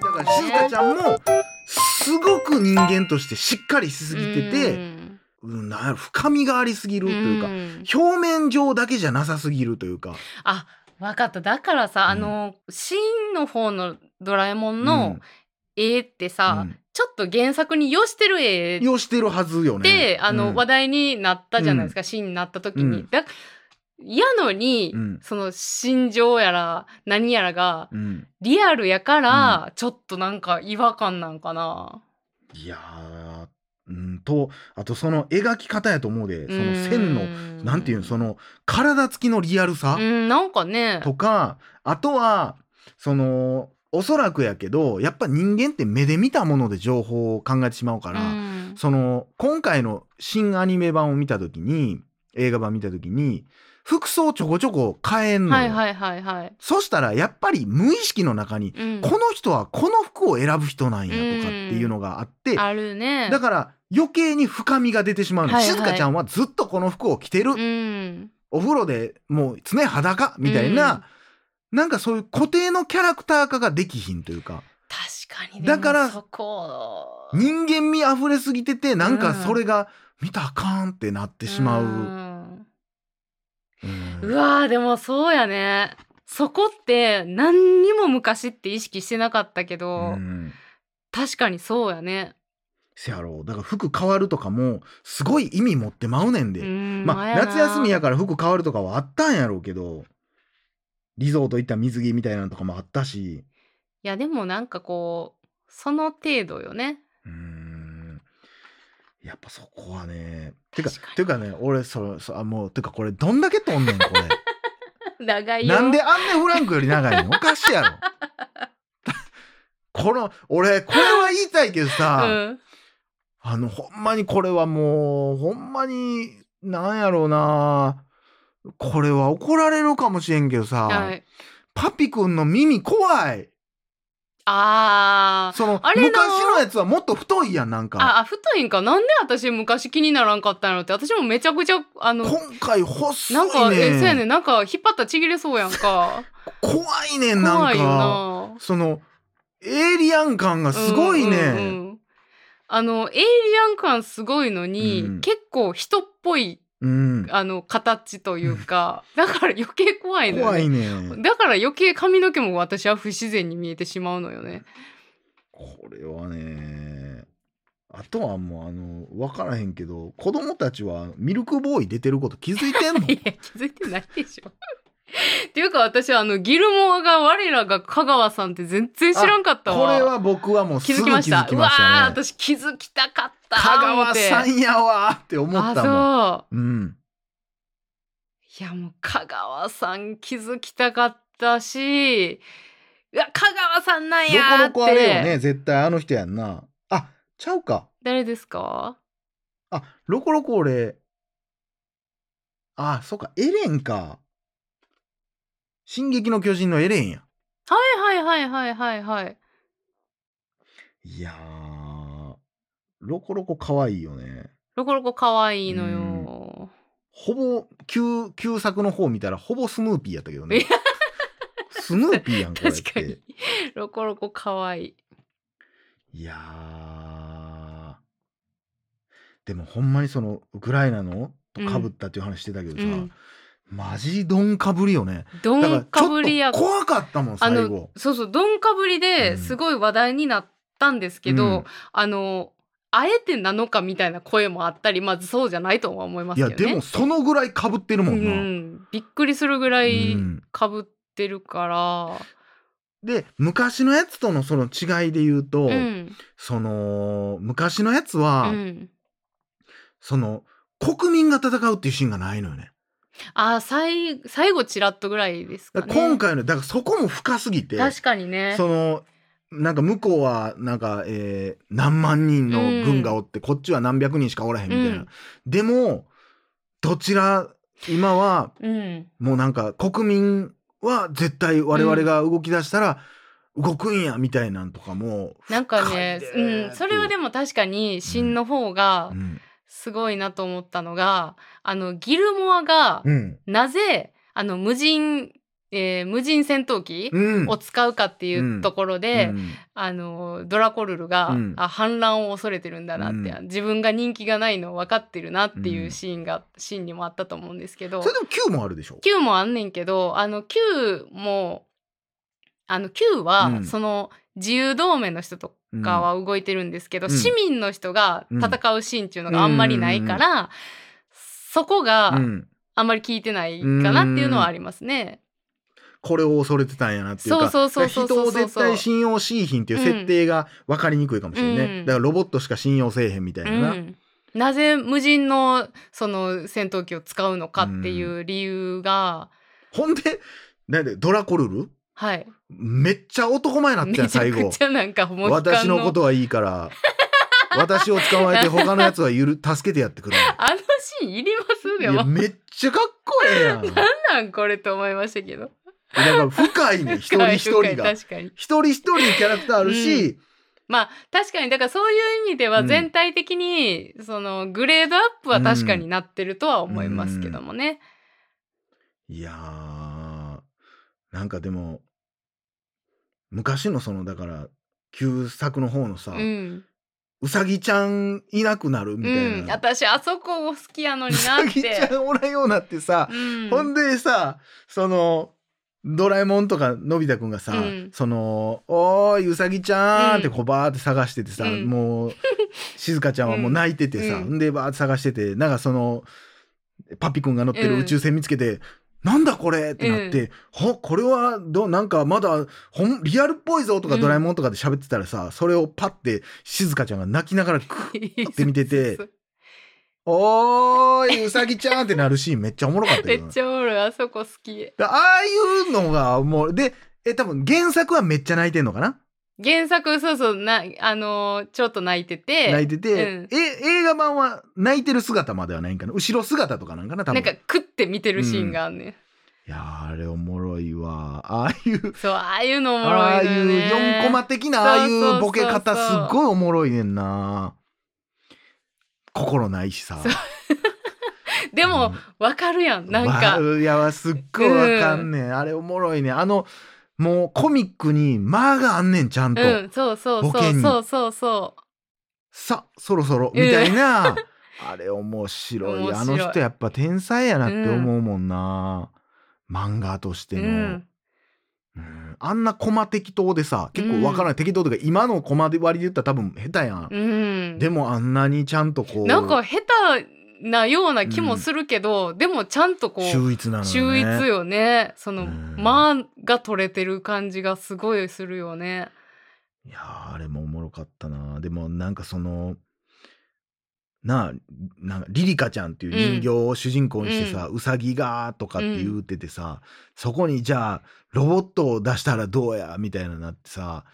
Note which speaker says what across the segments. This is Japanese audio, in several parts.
Speaker 1: から静香ちゃんもすごく人間としてしっかりしすぎて
Speaker 2: う
Speaker 1: て、
Speaker 2: ん
Speaker 1: うん、なんやろ深みがありすぎるというか、
Speaker 2: ん
Speaker 1: 表面上だけじゃなさすぎるというか。
Speaker 2: あ分かっただから
Speaker 1: う
Speaker 2: さ、
Speaker 1: ん
Speaker 2: あのシーンの方の「ドラえもん」の絵って
Speaker 1: うん、
Speaker 2: さ、
Speaker 1: うん
Speaker 2: ちょっと原作に寄してる絵っ
Speaker 1: 要してるはずよね。
Speaker 2: て、あの
Speaker 1: うん
Speaker 2: 話題になったじゃないですか、シーンになった時に。
Speaker 1: うん
Speaker 2: だやのに、
Speaker 1: うん
Speaker 2: その心情やら何やらが
Speaker 1: うん、
Speaker 2: リアルやから、ちょっとなんか違和感なんかな。
Speaker 1: いやー、うん、とあとその描き方やと思うでその線の
Speaker 2: の
Speaker 1: なんていうのそ
Speaker 2: の、
Speaker 1: の体つきのリアルさ
Speaker 2: うん、なんかね
Speaker 1: とかあとはそのおそらくやけどやっぱ人間って目で見たもので情報を考えてしまうから、
Speaker 2: うん
Speaker 1: その今回の新アニメ版を見た時に映画版見た時に服装ちょこちょこ変えんのよ、
Speaker 2: はいはいはいはい。
Speaker 1: そしたらやっぱり無意識の中に、
Speaker 2: うん
Speaker 1: この人はこの服を選ぶ人なんやとかっていうのがあって、
Speaker 2: あるね。
Speaker 1: だから余計に深みが出てしまうの、
Speaker 2: はいはい
Speaker 1: 静香ちゃんはずっとこの服を着てる、
Speaker 2: うん、
Speaker 1: お風呂でもう常裸みたいな、なんかそういう固定のキャラクター化ができひんというか
Speaker 2: 確かに
Speaker 1: だから
Speaker 2: でもそこっ
Speaker 1: 人間味あふれすぎててなんかそれが見たらあかんってなって
Speaker 2: て
Speaker 1: しまう。
Speaker 2: うん
Speaker 1: うん
Speaker 2: うわーでもそうやねそこって何にも昔って意識してなかったけど、
Speaker 1: うん
Speaker 2: 確かにそうやね。
Speaker 1: せやろだから服変わるとかもすごい意味持ってまうねんで、
Speaker 2: うん
Speaker 1: まあ夏休みや
Speaker 2: か
Speaker 1: から服変わるとかはあったんやろうけどリゾート行った水着みたいなのとかもあったし
Speaker 2: いやでもなんかこうその程度よね。
Speaker 1: うーんやっぱそこはねてか
Speaker 2: 確かに
Speaker 1: てかね俺そそあもうてかこれどんだけ飛んねんこ
Speaker 2: 長
Speaker 1: れ
Speaker 2: いよ。
Speaker 1: なんでアンネ・フランクより長いのおかしいやろ この俺これは言いたいけど
Speaker 2: う
Speaker 1: さ、
Speaker 2: ん、
Speaker 1: あのほんまにこれはもうほんまになんやろうなこれは怒られるかもしれんけどさ、
Speaker 2: はい、
Speaker 1: パピくんの耳怖い
Speaker 2: あー
Speaker 1: その
Speaker 2: あれな
Speaker 1: 昔のやつはもっと太いやんなんか
Speaker 2: ああ太いんかなんで私昔気にならんかったのって私もめちゃくちゃあの
Speaker 1: 今回細いね
Speaker 2: なんか、えそうやねなんか引っ張ったらちぎれそうやんか
Speaker 1: 怖いねん なんか
Speaker 2: 怖いよな
Speaker 1: そのエイリアン感がすごいね、
Speaker 2: うんうんうんあのエイリアン感すごいのに、
Speaker 1: うん
Speaker 2: 結構人っぽい
Speaker 1: うん
Speaker 2: あの形とい うか、だから余計怖いのよ
Speaker 1: 怖
Speaker 2: ね
Speaker 1: いね
Speaker 2: だから余計髪の毛も私は不自然に見えてしまうのよ ね。
Speaker 1: これはねあとはもうあの分からへんけど子供たちはミルクボーイ出てること気づいてんの
Speaker 2: いや気づいてないでしょ。 っていうか私はあのギルモアが我らが香川さんって全然知らんかった
Speaker 1: こ
Speaker 2: わ。
Speaker 1: れは僕はもうす
Speaker 2: 気
Speaker 1: ぐ気
Speaker 2: づ
Speaker 1: づ
Speaker 2: き
Speaker 1: き
Speaker 2: ま
Speaker 1: ま
Speaker 2: し。
Speaker 1: したたね
Speaker 2: うわー私気づきたかった
Speaker 1: 香川
Speaker 2: 思
Speaker 1: さ
Speaker 2: って
Speaker 1: んやわーって思ったもん
Speaker 2: あそ
Speaker 1: う
Speaker 2: う
Speaker 1: ん
Speaker 2: いやもう香川さん気づきたかったし、うわ香川さんなん
Speaker 1: どこ
Speaker 2: やー
Speaker 1: の
Speaker 2: って。
Speaker 1: 子あれよね絶対あの人やんなあちゃうか
Speaker 2: 誰ですか？
Speaker 1: あロコロコ俺あそっかエレンか「進撃の巨人」のエレンや
Speaker 2: はいはいはいはいはいはい。
Speaker 1: いやーロコロコ可愛いよね
Speaker 2: ロコロコ可愛いのよ。
Speaker 1: ほぼ旧旧作の方見たらほぼスヌーピーやったけどねスヌーピーやんこれっ
Speaker 2: 確か
Speaker 1: て
Speaker 2: にロコロコ可愛い。
Speaker 1: いやーでもほんまにそのウクライナのとかぶったっていう話してたけどさ、
Speaker 2: うん
Speaker 1: マジドンかぶりよね
Speaker 2: ど
Speaker 1: だから
Speaker 2: ん
Speaker 1: ち
Speaker 2: かぶり
Speaker 1: ょ
Speaker 2: や
Speaker 1: っと怖かったもん
Speaker 2: あ
Speaker 1: 最
Speaker 2: の
Speaker 1: 後
Speaker 2: そうそうどんかぶりですごい話題になったんですけど、
Speaker 1: うん
Speaker 2: あのあえてなのかみたいな声もあったりまずそうじゃないとは思いま
Speaker 1: い
Speaker 2: すけ
Speaker 1: や
Speaker 2: どね。
Speaker 1: でもそのぐらいかぶってるもんな、
Speaker 2: うん、びっくりするぐらい
Speaker 1: うん
Speaker 2: かぶってるから、
Speaker 1: で昔のやつとのその違いで言うと、
Speaker 2: うん
Speaker 1: その昔のやつ
Speaker 2: う
Speaker 1: は、
Speaker 2: ん、
Speaker 1: その国民が戦うっていうシーンがないのよね。
Speaker 2: あ最最後ちらっとぐらいですか
Speaker 1: だ
Speaker 2: ね。
Speaker 1: から今回のだからそこも深すぎて
Speaker 2: 確かにね
Speaker 1: そのなんか向こうはなんか、えー何万人の軍がおって、こっちは何百人しかおらへんみたいな。
Speaker 2: うん
Speaker 1: でもどちら今は
Speaker 2: うん、
Speaker 1: もうなんか国民は絶対我々が動き出したら動くんやみたいなんとかも、
Speaker 2: なんかね、
Speaker 1: 深いねー
Speaker 2: うん、それはでも確かに芯の方が
Speaker 1: うん
Speaker 2: すごいなと思ったのが、あのギルモアが
Speaker 1: うん
Speaker 2: なぜあの無人えー無人戦闘機
Speaker 1: うん
Speaker 2: を使うかっていうところで、
Speaker 1: うん
Speaker 2: あのドラコルルが、
Speaker 1: うん
Speaker 2: あ反乱を恐れてるんだなって、
Speaker 1: う
Speaker 2: 自分が人気がないの分かってるなっていううんシーンが、シーンにもあったと思うんですけど
Speaker 1: それでも9もあるでしょ
Speaker 2: Q もあんねんけどあの Q もあの Q は、
Speaker 1: うん
Speaker 2: その自由同盟の人とかは動いてるんですけど、
Speaker 1: うん
Speaker 2: 市民の人が戦うシーンっていうのがあんまりないから、そこ
Speaker 1: う
Speaker 2: が
Speaker 1: ん、
Speaker 2: あんまり効いてないかなっていうのはありますね。
Speaker 1: これを恐れてたんやなっていう
Speaker 2: そう
Speaker 1: か
Speaker 2: そうそうそう
Speaker 1: 人
Speaker 2: そう
Speaker 1: を
Speaker 2: そう
Speaker 1: 絶対信用しいひんっていう設定が分かりにくいかもしれんね、
Speaker 2: うん
Speaker 1: だからロボットしか信用せえへんみたいなな、
Speaker 2: うんなぜ無人のその戦闘機を使うのかっていう理由が、
Speaker 1: ほんでなんでドラコルル
Speaker 2: はい
Speaker 1: めっちゃ男前 なって
Speaker 2: め
Speaker 1: た
Speaker 2: ち
Speaker 1: や
Speaker 2: ゃ
Speaker 1: ん最後
Speaker 2: くちゃなんかもう
Speaker 1: 私のことはいいから私を捕まえて他のやつはゆる助けてやってくれ
Speaker 2: あのシーンいります
Speaker 1: い
Speaker 2: で
Speaker 1: や
Speaker 2: も
Speaker 1: めっちゃかっこええ やんだか
Speaker 2: 何なんこれと思いましたけど
Speaker 1: ら深いね一人一
Speaker 2: 深い
Speaker 1: 人
Speaker 2: 深
Speaker 1: が
Speaker 2: い
Speaker 1: 一
Speaker 2: 確かに
Speaker 1: 人一人キャラクターあるし、
Speaker 2: まあ確かにだからそういう意味では
Speaker 1: うん
Speaker 2: 全体的に、そのグレードアップは確かになってるとは思いますけどもね、
Speaker 1: いやーなんかでも昔のそのだから旧作の方のさ、
Speaker 2: う
Speaker 1: うんさぎちゃんいなくなるみた
Speaker 2: う
Speaker 1: い
Speaker 2: ん
Speaker 1: な、
Speaker 2: 私あそこ好きやの
Speaker 1: う
Speaker 2: にな
Speaker 1: さ
Speaker 2: っ
Speaker 1: ぎち
Speaker 2: て
Speaker 1: ゃんおらんようになってさ、
Speaker 2: うん
Speaker 1: ほんでさそのドラえもんとかのび太くんがさ、
Speaker 2: うん
Speaker 1: その「おーいうさぎちゃん」ってこうバーって探しててさ、
Speaker 2: うん
Speaker 1: もう静香ちゃんはもう泣いててさ、
Speaker 2: うん
Speaker 1: ん、でバーって探しててなんかそのパピくんが乗って
Speaker 2: う
Speaker 1: る
Speaker 2: ん
Speaker 1: 宇宙船見つけて「なんだこれ!」ってなって「ほこれはどうなんかまだほんリアルっぽいぞ」とか
Speaker 2: うん
Speaker 1: ドラえもんとかで喋ってたらさ、それをパッて静香ちゃんが泣き ながらクッて見てて
Speaker 2: そう
Speaker 1: 「おーいうさぎちゃん」ってなるシーンめっちゃおもろかった け
Speaker 2: め
Speaker 1: ど
Speaker 2: っ
Speaker 1: な
Speaker 2: ちゃおもろいあそこ好き
Speaker 1: だああいうのがもうでえ多分原作はめっちゃ泣いてんのかな
Speaker 2: 原作そうそうなあのーちょっと泣いてて
Speaker 1: 泣いてて、
Speaker 2: うん
Speaker 1: え映画版は泣いてる姿まではないんかな後ろ姿とかなんかな多分
Speaker 2: なんか
Speaker 1: い
Speaker 2: 食って見てるシーンがあんね、ん、
Speaker 1: やーあれおもろいわああいう
Speaker 2: そうああいうのおも
Speaker 1: あ
Speaker 2: ろ
Speaker 1: あ
Speaker 2: い
Speaker 1: い
Speaker 2: のよ
Speaker 1: う
Speaker 2: ね
Speaker 1: 4コマ的な
Speaker 2: そう
Speaker 1: あ
Speaker 2: そ
Speaker 1: あ
Speaker 2: う
Speaker 1: い
Speaker 2: そうそう
Speaker 1: うボケ方すっごいおもろいねんな心ないしさ
Speaker 2: でも、
Speaker 1: うん
Speaker 2: わかるやんなんか
Speaker 1: わいやわすっごいわかんねん、あれおもろいねんあのもうコミックに間があんねんちゃんと、
Speaker 2: うんそうそう
Speaker 1: ボ
Speaker 2: そ
Speaker 1: ケ
Speaker 2: う
Speaker 1: に
Speaker 2: そうそうそう
Speaker 1: さそろそろ
Speaker 2: うん
Speaker 1: みたいな、あれ面白い
Speaker 2: 面白い
Speaker 1: あの人やっぱ天才やなって思うもんな、漫画としての、う
Speaker 2: うんん、
Speaker 1: あんなコマ適当でさ結構わからない、適当というか今のコマで割りで言ったら多分下手やん、
Speaker 2: うん、
Speaker 1: でもあんなにちゃんとこう
Speaker 2: なんか下手なような気もするけど、でもちゃんとこう
Speaker 1: 秀逸なのよ
Speaker 2: 秀
Speaker 1: ね
Speaker 2: 逸よねその
Speaker 1: うん
Speaker 2: 「間」が取れてる感じがすごいするよね。
Speaker 1: いやーあれもおもろかったなでもなんかそのなあなんかリリカちゃんっていう人形を主人公にしてさ、うさぎがーとかって言うててさ、そこにじゃあロボットを出したらどうやみたいななってさ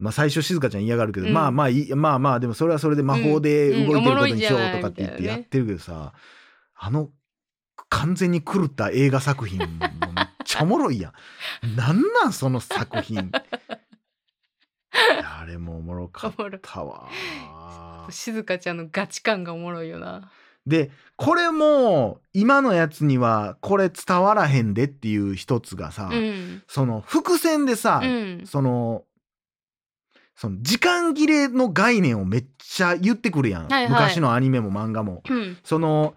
Speaker 1: まあ最初静香ちゃん嫌がるけど、
Speaker 2: うん
Speaker 1: まあまあいいまあまあでもそれはそれで魔法で
Speaker 2: うんう
Speaker 1: 動い
Speaker 2: ん
Speaker 1: てることにしよ
Speaker 2: おもろいじゃ
Speaker 1: う
Speaker 2: ない
Speaker 1: とかって言って
Speaker 2: みたいな
Speaker 1: や
Speaker 2: ね
Speaker 1: ってるけどさ、あの完全に狂った映画作品もめっちゃおもろいやん。なんなんその作 品。いやあれもおもろかっ
Speaker 2: おもろい
Speaker 1: たわ。
Speaker 2: 静香ちゃんのガチ感がおもろいよな。
Speaker 1: でこれも今のやつにはこれ伝わらへんでっていう一つがさ、
Speaker 2: うん、
Speaker 1: その伏線でさ、
Speaker 2: うん
Speaker 1: そのその時間切れの概念をめっちゃ言ってくるやん、
Speaker 2: はいはい
Speaker 1: 昔のアニメも漫画も。
Speaker 2: うん
Speaker 1: その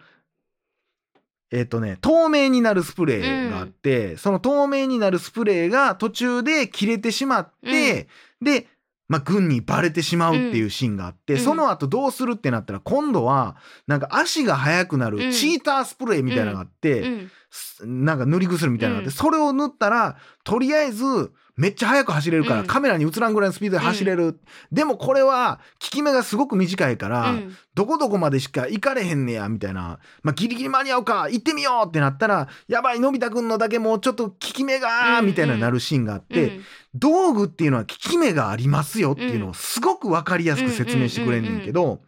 Speaker 1: えっ、とね透明になるスプレーがあって、その透明になるスプレーが途中で切れてしまって、で、まあ、軍にバレてしまうっていうシーンがあって、
Speaker 2: うん
Speaker 1: その後どうするってなったら今度はなんか足が速くな
Speaker 2: うん
Speaker 1: るチータースプレーみたいなのがあって、
Speaker 2: うん
Speaker 1: すなんか塗り薬みたいなのがあって、
Speaker 2: う
Speaker 1: そ
Speaker 2: ん
Speaker 1: れを塗ったらとりあえずめっちゃ速く走れるから、
Speaker 2: うん
Speaker 1: カメラに映らんぐらいのスピードで走れる、でもこれは効き目がすごく短いから。
Speaker 2: うん
Speaker 1: どこどこまでしか行かれへんねやみたいな、まあ、ギリギリ間に合うか行ってみようってなったらやばいのび太くんのだけもうちょっと効き目
Speaker 2: うんう
Speaker 1: が
Speaker 2: ん
Speaker 1: みたいななるシーンがあって、
Speaker 2: うん
Speaker 1: 道具っていうのは効き目がありますよっていうのをすごく分かりやすく説明してくれんねんけど、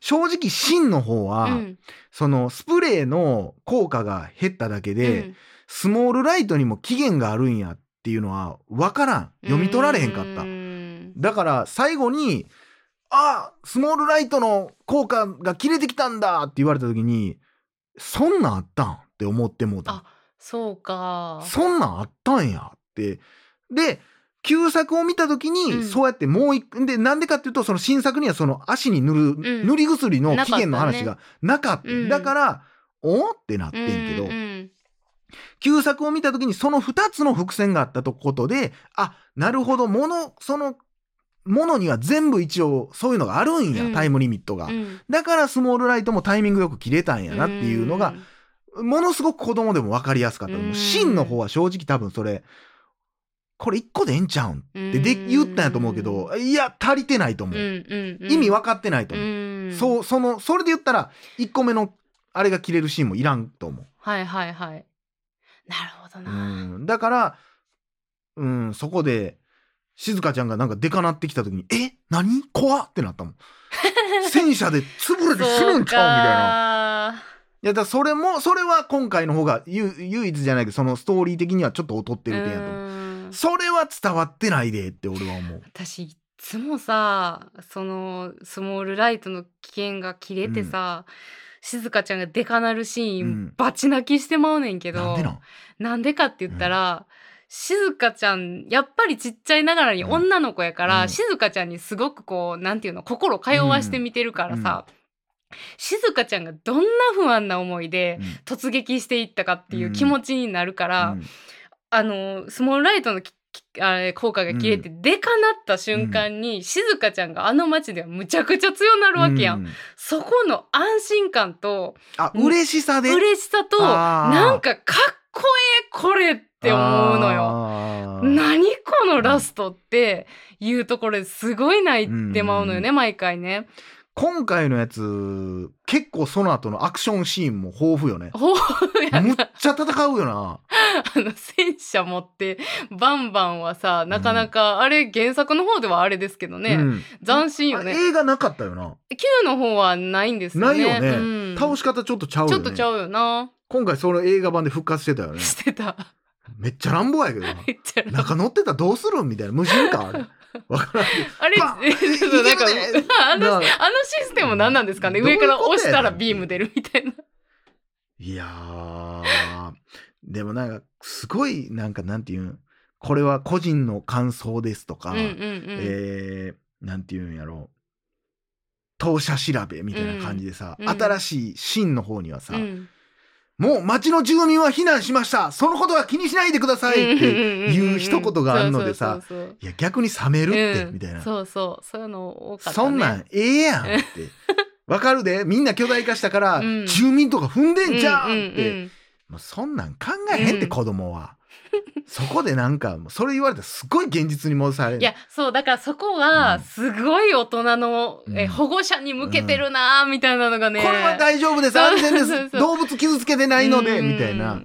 Speaker 1: 正直芯の方は、
Speaker 2: うん
Speaker 1: そのスプレーの効果が減っただけで、
Speaker 2: うん
Speaker 1: スモールライトにも期限があるんやっていうのは分からん読み取られへんかった
Speaker 2: う。ん
Speaker 1: だから最後に「あスモールライトの効果が切れてきたんだ」って言われた時に「そんなんあったん?」って思ってもうた
Speaker 2: あそうか
Speaker 1: そんなんあったんやってで旧作を見た時に、
Speaker 2: うん
Speaker 1: そうやってもう一でなんでかっていうとその新作にはその足に塗る、
Speaker 2: ん
Speaker 1: 塗り薬の
Speaker 2: なかっ
Speaker 1: 期
Speaker 2: たね
Speaker 1: 限の話がなかった,、
Speaker 2: うん
Speaker 1: だからおーってなってんけど、
Speaker 2: うんうん
Speaker 1: 旧作を見た時にその2つの伏線があったとことであなるほどものそのものには全部一応そういうのがあるんや、
Speaker 2: うん
Speaker 1: タイムリミットが、
Speaker 2: うん
Speaker 1: だからスモールライトもタイミングよく切れたんやなっていうのが、ものすごく子供でも分かりやすかった、
Speaker 2: うん
Speaker 1: 真の方は正直多分それこれ1個でええんちゃうんってで
Speaker 2: うん
Speaker 1: 言ったんやと思うけどいや足りてないと
Speaker 2: う
Speaker 1: 思
Speaker 2: ん
Speaker 1: う、
Speaker 2: うんうん
Speaker 1: 意味分かってないと
Speaker 2: う
Speaker 1: 思う、
Speaker 2: ん
Speaker 1: そうそのそれで言ったら1個目のあれが切れるシーンもいらんと思う
Speaker 2: はいはいはいなるほど
Speaker 1: う
Speaker 2: な、
Speaker 1: ん、だから、うん、そこで静香ちゃんがなんかでかなってきた時に「え何怖っ!」ってなった もん戦車で潰れて死ぬんちゃうみたいな。
Speaker 2: ゃうみ
Speaker 1: いやだからそれもそれは今回の方がゆ唯一じゃないけどそのストーリー的にはちょっと劣ってる点やと思うそれは伝わってないでって俺は思う。
Speaker 2: 私いつもさそのスモールライトの危険が切れてさ、静香ちゃんがデカなるシーン、
Speaker 1: うん
Speaker 2: バチ泣きしてまうねんけど
Speaker 1: なんでなん
Speaker 2: なんでかって言ったら、静香ちゃんやっぱりちっちゃいながらに
Speaker 1: うん
Speaker 2: 女の子やか
Speaker 1: う
Speaker 2: ら、
Speaker 1: ん
Speaker 2: 静香ちゃんにすごくこうなんていうの心通わして見てるからさ、静香ちゃんがどんな不安な思いで
Speaker 1: うん
Speaker 2: 突撃していったかっていう気持ちになるから、
Speaker 1: うん
Speaker 2: あのスモールライトのききあれ効果が消えて、でかなった瞬間に、静香ちゃんがあの街ではむちゃくちゃ強なるわけやん、
Speaker 1: う
Speaker 2: そこの安心感と
Speaker 1: あ嬉しさで
Speaker 2: 嬉しさと
Speaker 1: あー
Speaker 2: なんかかっこええこれって思うのよ。
Speaker 1: よ
Speaker 2: 何このラストっていうところですごい泣いてまうのよね、
Speaker 1: う
Speaker 2: 毎回ね。
Speaker 1: 今回のやつ結構その後のアクションシーンも豊富よね。
Speaker 2: ほう や
Speaker 1: むっ
Speaker 2: な
Speaker 1: ちゃ戦うよな。
Speaker 2: あの戦車持ってバンバンはさなかなか、あれ原作の方ではあれですけどね、
Speaker 1: うん
Speaker 2: 斬新よ
Speaker 1: あ
Speaker 2: ね。
Speaker 1: 映画なかったよな。
Speaker 2: Q の方はないんですよね。
Speaker 1: ないよね
Speaker 2: うん
Speaker 1: 倒し方ちょっとちゃう
Speaker 2: ち
Speaker 1: よ
Speaker 2: ょっ
Speaker 1: ね。
Speaker 2: とちゃうよな。
Speaker 1: 今回その映画版で復活してたよね。
Speaker 2: してた。
Speaker 1: めっちゃ乱暴やけどな。
Speaker 2: めっちゃ
Speaker 1: 中乗ってたらどうするんみたいな。無人かあ れ。わからんけど。
Speaker 2: あれ、
Speaker 1: バン
Speaker 2: えちょっとなんか
Speaker 1: いけるね
Speaker 2: あの
Speaker 1: なあ
Speaker 2: あのシステム何なんですかね
Speaker 1: どういう
Speaker 2: 上
Speaker 1: こ
Speaker 2: か
Speaker 1: とやねん
Speaker 2: ら押したらビーム出るみたいな。
Speaker 1: いやー。でもなんか、すごい、なんかなんていうん。これは個人の感想ですとか、
Speaker 2: うんうんうん
Speaker 1: えー、なんていうんやろう。当社調べみたいな感じでさ、
Speaker 2: うんうん
Speaker 1: 新しい真の方にはさ、
Speaker 2: うん
Speaker 1: もう町の住民は避難しましたそのことは気にしないでくださいっていう一言があるのでさ、
Speaker 2: うんうんうんそうそうそうそう
Speaker 1: いや逆に冷めるって、
Speaker 2: うん
Speaker 1: みたいなそ,、
Speaker 2: そうそうそういうの多かったね
Speaker 1: んなんええやんってわかるでみんな巨大化したから、
Speaker 2: うん
Speaker 1: 住民とか踏んでんじゃんって、
Speaker 2: うんうんうん
Speaker 1: もうそんなん考えへんって、
Speaker 2: うん
Speaker 1: 子供はそこでなんかもうそれ言われたらすごい現実に戻される
Speaker 2: いやそうだからそこ
Speaker 1: う
Speaker 2: が
Speaker 1: ん
Speaker 2: すごい大人の、
Speaker 1: うん
Speaker 2: え保護者に向けてるなーみたいなのがね、
Speaker 1: これは大丈夫です安全で
Speaker 2: そうそ
Speaker 1: す
Speaker 2: うそう
Speaker 1: 動物傷つけてないので、
Speaker 2: うんうんうん
Speaker 1: みたいな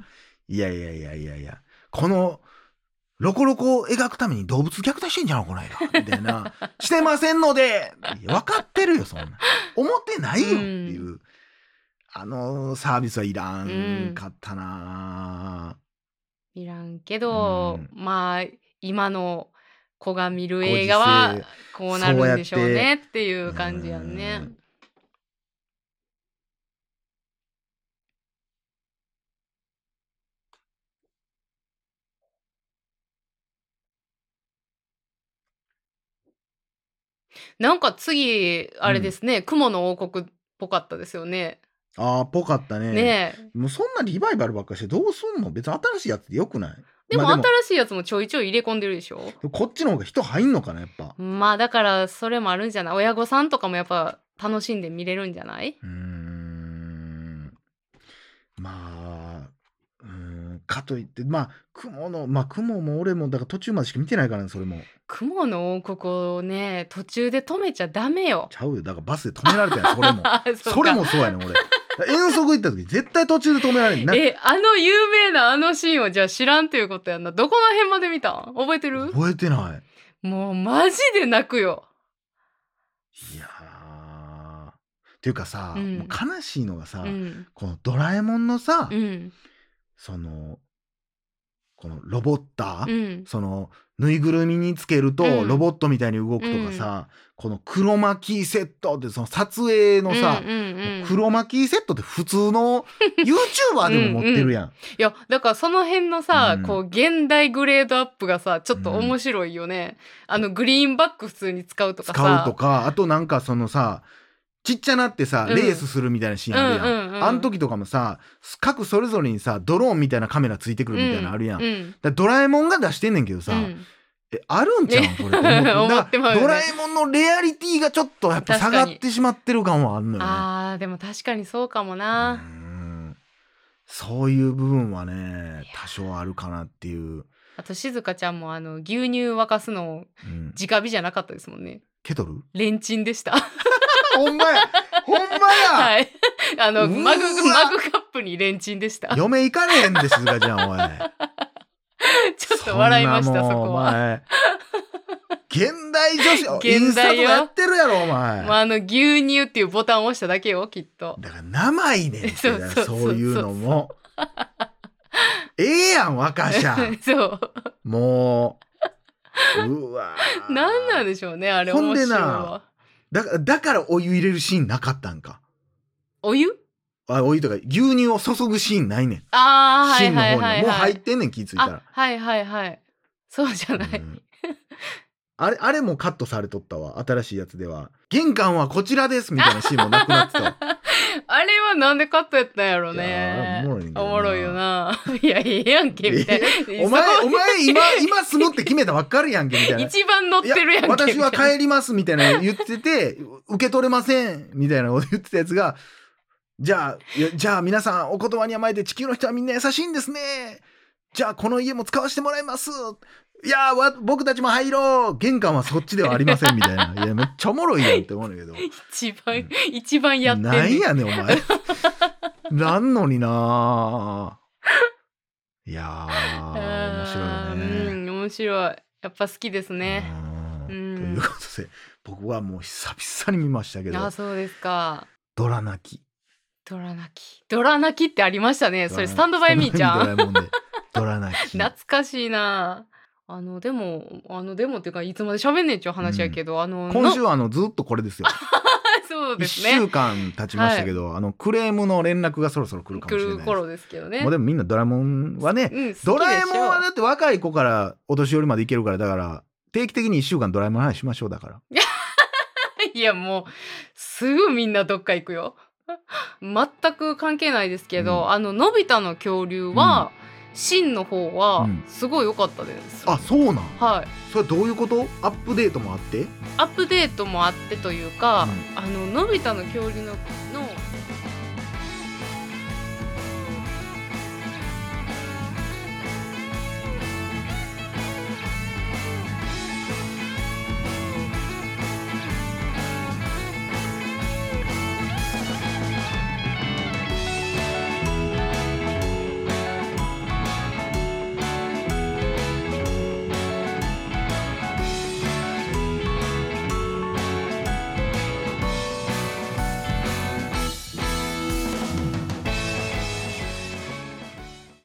Speaker 1: いやいやいやいやいやこのロコロコを描くために動物虐待してんじゃんこの映画みたい なしてませんのでいや分かってるよそんな思ってないよっていう、あのサービスはいらんかったな、
Speaker 2: いらんけど、
Speaker 1: うん
Speaker 2: まあ今の子が見る映画は
Speaker 1: ご時世
Speaker 2: こうなるんでしょう
Speaker 1: そうや
Speaker 2: ねっていう感じやんね
Speaker 1: う。
Speaker 2: なんか次あれですね、雲の王国っぽかったですよね。
Speaker 1: あーぽかったね
Speaker 2: ねえ
Speaker 1: もうそんなリバイバルばっかりしてどうすんの別に新しいやつでよくない
Speaker 2: でも
Speaker 1: まあ
Speaker 2: 新しいやつもちょいちょい入れ込んでるでしょ。
Speaker 1: こっちの方が人入んのかなやっぱ
Speaker 2: まあだからそれもあるんじゃない親御さんとかもやっぱ楽しんで見れるんじゃないう
Speaker 1: ーんまあうーんかといってまあ雲のまあ雲も俺もだから途中までしか見てないからねそれも
Speaker 2: 雲の王国をね途中で止めちゃダメよ。
Speaker 1: ちゃうよだからバスで止められたやんそれも
Speaker 2: あうか
Speaker 1: それもそうやねん俺遠足行った時絶対途中で止められんな
Speaker 2: えあの有名なあのシーンをじゃあ知らんということやんなどこの辺まで見たん覚えてる
Speaker 1: 覚えてな
Speaker 2: もうマジで泣くよ
Speaker 1: いいやーっていうかさ、
Speaker 2: うん
Speaker 1: もう悲しいのがさ、
Speaker 2: うん
Speaker 1: この「ドラえもん」のさ、
Speaker 2: うん
Speaker 1: そのこのロボッター、
Speaker 2: うん
Speaker 1: そのぬいぐるみにつける
Speaker 2: う
Speaker 1: と
Speaker 2: ん
Speaker 1: ロボットみたいに動くとかさ、この黒巻きセットってその撮影のさ、
Speaker 2: うんうんうん
Speaker 1: 黒巻きセットって普通の YouTuber でも持ってるやん。
Speaker 2: いやだからその辺のさ、
Speaker 1: うん
Speaker 2: こう現代グレードアップがさちょっと面白いよね、あのグリーンバック普通に使うとかさ
Speaker 1: 使うとかあとなんかそのさちっちゃなってさ
Speaker 2: うん
Speaker 1: レースするみたいなシーンあるやん。
Speaker 2: うんうんうん
Speaker 1: あの時とかもさ各それぞれにさドローンみたいなカメラついてくるみたいなのあるやん。
Speaker 2: う
Speaker 1: だか
Speaker 2: ん
Speaker 1: らドラえもんが出してんねんけどさ、
Speaker 2: うん
Speaker 1: えあるんちゃうんこれって思って
Speaker 2: 思ってまうよ
Speaker 1: だ
Speaker 2: ね
Speaker 1: からドラえもんのレアリティがちょっとやっぱ下がってしまってる感はあるのよね。
Speaker 2: あーでも確かにそうかも
Speaker 1: う
Speaker 2: な、
Speaker 1: んそういう部分はね多少あるかなっていう、
Speaker 2: あと静香ちゃんもあの牛乳沸かすの
Speaker 1: うん
Speaker 2: 直火じゃなかったですもんね
Speaker 1: ケトル
Speaker 2: レンチンでした
Speaker 1: ほんまやほんまや、
Speaker 2: はい あ
Speaker 1: う
Speaker 2: の
Speaker 1: わ
Speaker 2: マグマグカップにレンチンでしたちょ
Speaker 1: 嫁行かねえんですがじゃ んおい
Speaker 2: っと笑いましたそ
Speaker 1: んなもん
Speaker 2: こ
Speaker 1: お
Speaker 2: は。
Speaker 1: 前現代女 子
Speaker 2: 現代よ
Speaker 1: インスタとかやってるやろお前、
Speaker 2: まあ、あの牛乳っていうボタンを押しただけよきっと
Speaker 1: だから生いねんって
Speaker 2: そうそうそうそう
Speaker 1: そういうのもええやん若者
Speaker 2: そう
Speaker 1: もう。うわー
Speaker 2: 何なんでしょうねあれ
Speaker 1: ほん
Speaker 2: 面白
Speaker 1: で
Speaker 2: い
Speaker 1: な
Speaker 2: わ
Speaker 1: だからだからお湯入れるシーンなかったんか。
Speaker 2: お湯
Speaker 1: あお湯とか牛乳を注ぐシーンないねん。
Speaker 2: ああはい
Speaker 1: 芯の
Speaker 2: はい
Speaker 1: 方
Speaker 2: は
Speaker 1: に
Speaker 2: い
Speaker 1: もう
Speaker 2: は
Speaker 1: 入っ
Speaker 2: い
Speaker 1: てんねん気ぃついた
Speaker 2: あ
Speaker 1: ら。
Speaker 2: はいはいはいそうじゃない、
Speaker 1: うんあれあれもカットされとったわ新しいやつでは玄関はこちらですみたいなシーンもなくなってたわ
Speaker 2: あれはなんでカットやったんやろう
Speaker 1: いやあ
Speaker 2: ね
Speaker 1: れおもろいんだよな
Speaker 2: よな いやええやんけみ たいな
Speaker 1: お前お前 今今住むって決めたばっかりやんけみたいな
Speaker 2: 一番乗ってるやんけみたい
Speaker 1: 私
Speaker 2: な
Speaker 1: は帰りますみたいなの言ってて 受け取れませんみたいなこと言ってたやつがじゃあいやじゃあ皆さんお言葉に甘えて地球の人はみんな優しいんですねじゃあこの家も使わせてもらいますいやーわ僕たちも入ろう玄関はそっちではありませんみたい ないやめっちゃおもろいやんって思うんだけど
Speaker 2: 一番一番やってんねん
Speaker 1: なんやねんお 前なんのになあいやー面
Speaker 2: あ
Speaker 1: 白いね
Speaker 2: ーうん面白いやっぱ好きですね
Speaker 1: う
Speaker 2: うん
Speaker 1: んということで僕はもう久々に見ましたけど
Speaker 2: あそうですか
Speaker 1: ドラ泣き
Speaker 2: ドラ泣きドラ泣きってありましたねそれスタンドバイミーちゃん
Speaker 1: んドラえもんで ドラ泣き
Speaker 2: 懐かしいなあのでもあのでもっていうかいつまで喋んねんちゅう話やけど、あの
Speaker 1: 今
Speaker 2: の
Speaker 1: 週はあのずっとこれですよ
Speaker 2: そう
Speaker 1: 一
Speaker 2: ですね
Speaker 1: 週間経ちましたけど、あのクレームの連絡がそろそろ来るかもしれないで
Speaker 2: 来る
Speaker 1: すも
Speaker 2: 頃ですけどね
Speaker 1: うでもみんなドラえもんはね
Speaker 2: うん、好きでしょ
Speaker 1: ドラえもんはだって若い子からお年寄りまでいけるからだから定期的に一週間ドラえもんの話しましょうだから
Speaker 2: いやもうすぐみんなどっか行くよ 全く関係ないですけど、
Speaker 1: う
Speaker 2: あののび太の恐竜は、真の方は
Speaker 1: うん
Speaker 2: すごい良かったです、
Speaker 1: あそうなん
Speaker 2: はい
Speaker 1: それどういうことアップデートもあって
Speaker 2: アップデートもあってというか、
Speaker 1: う
Speaker 2: あののび太の恐竜のの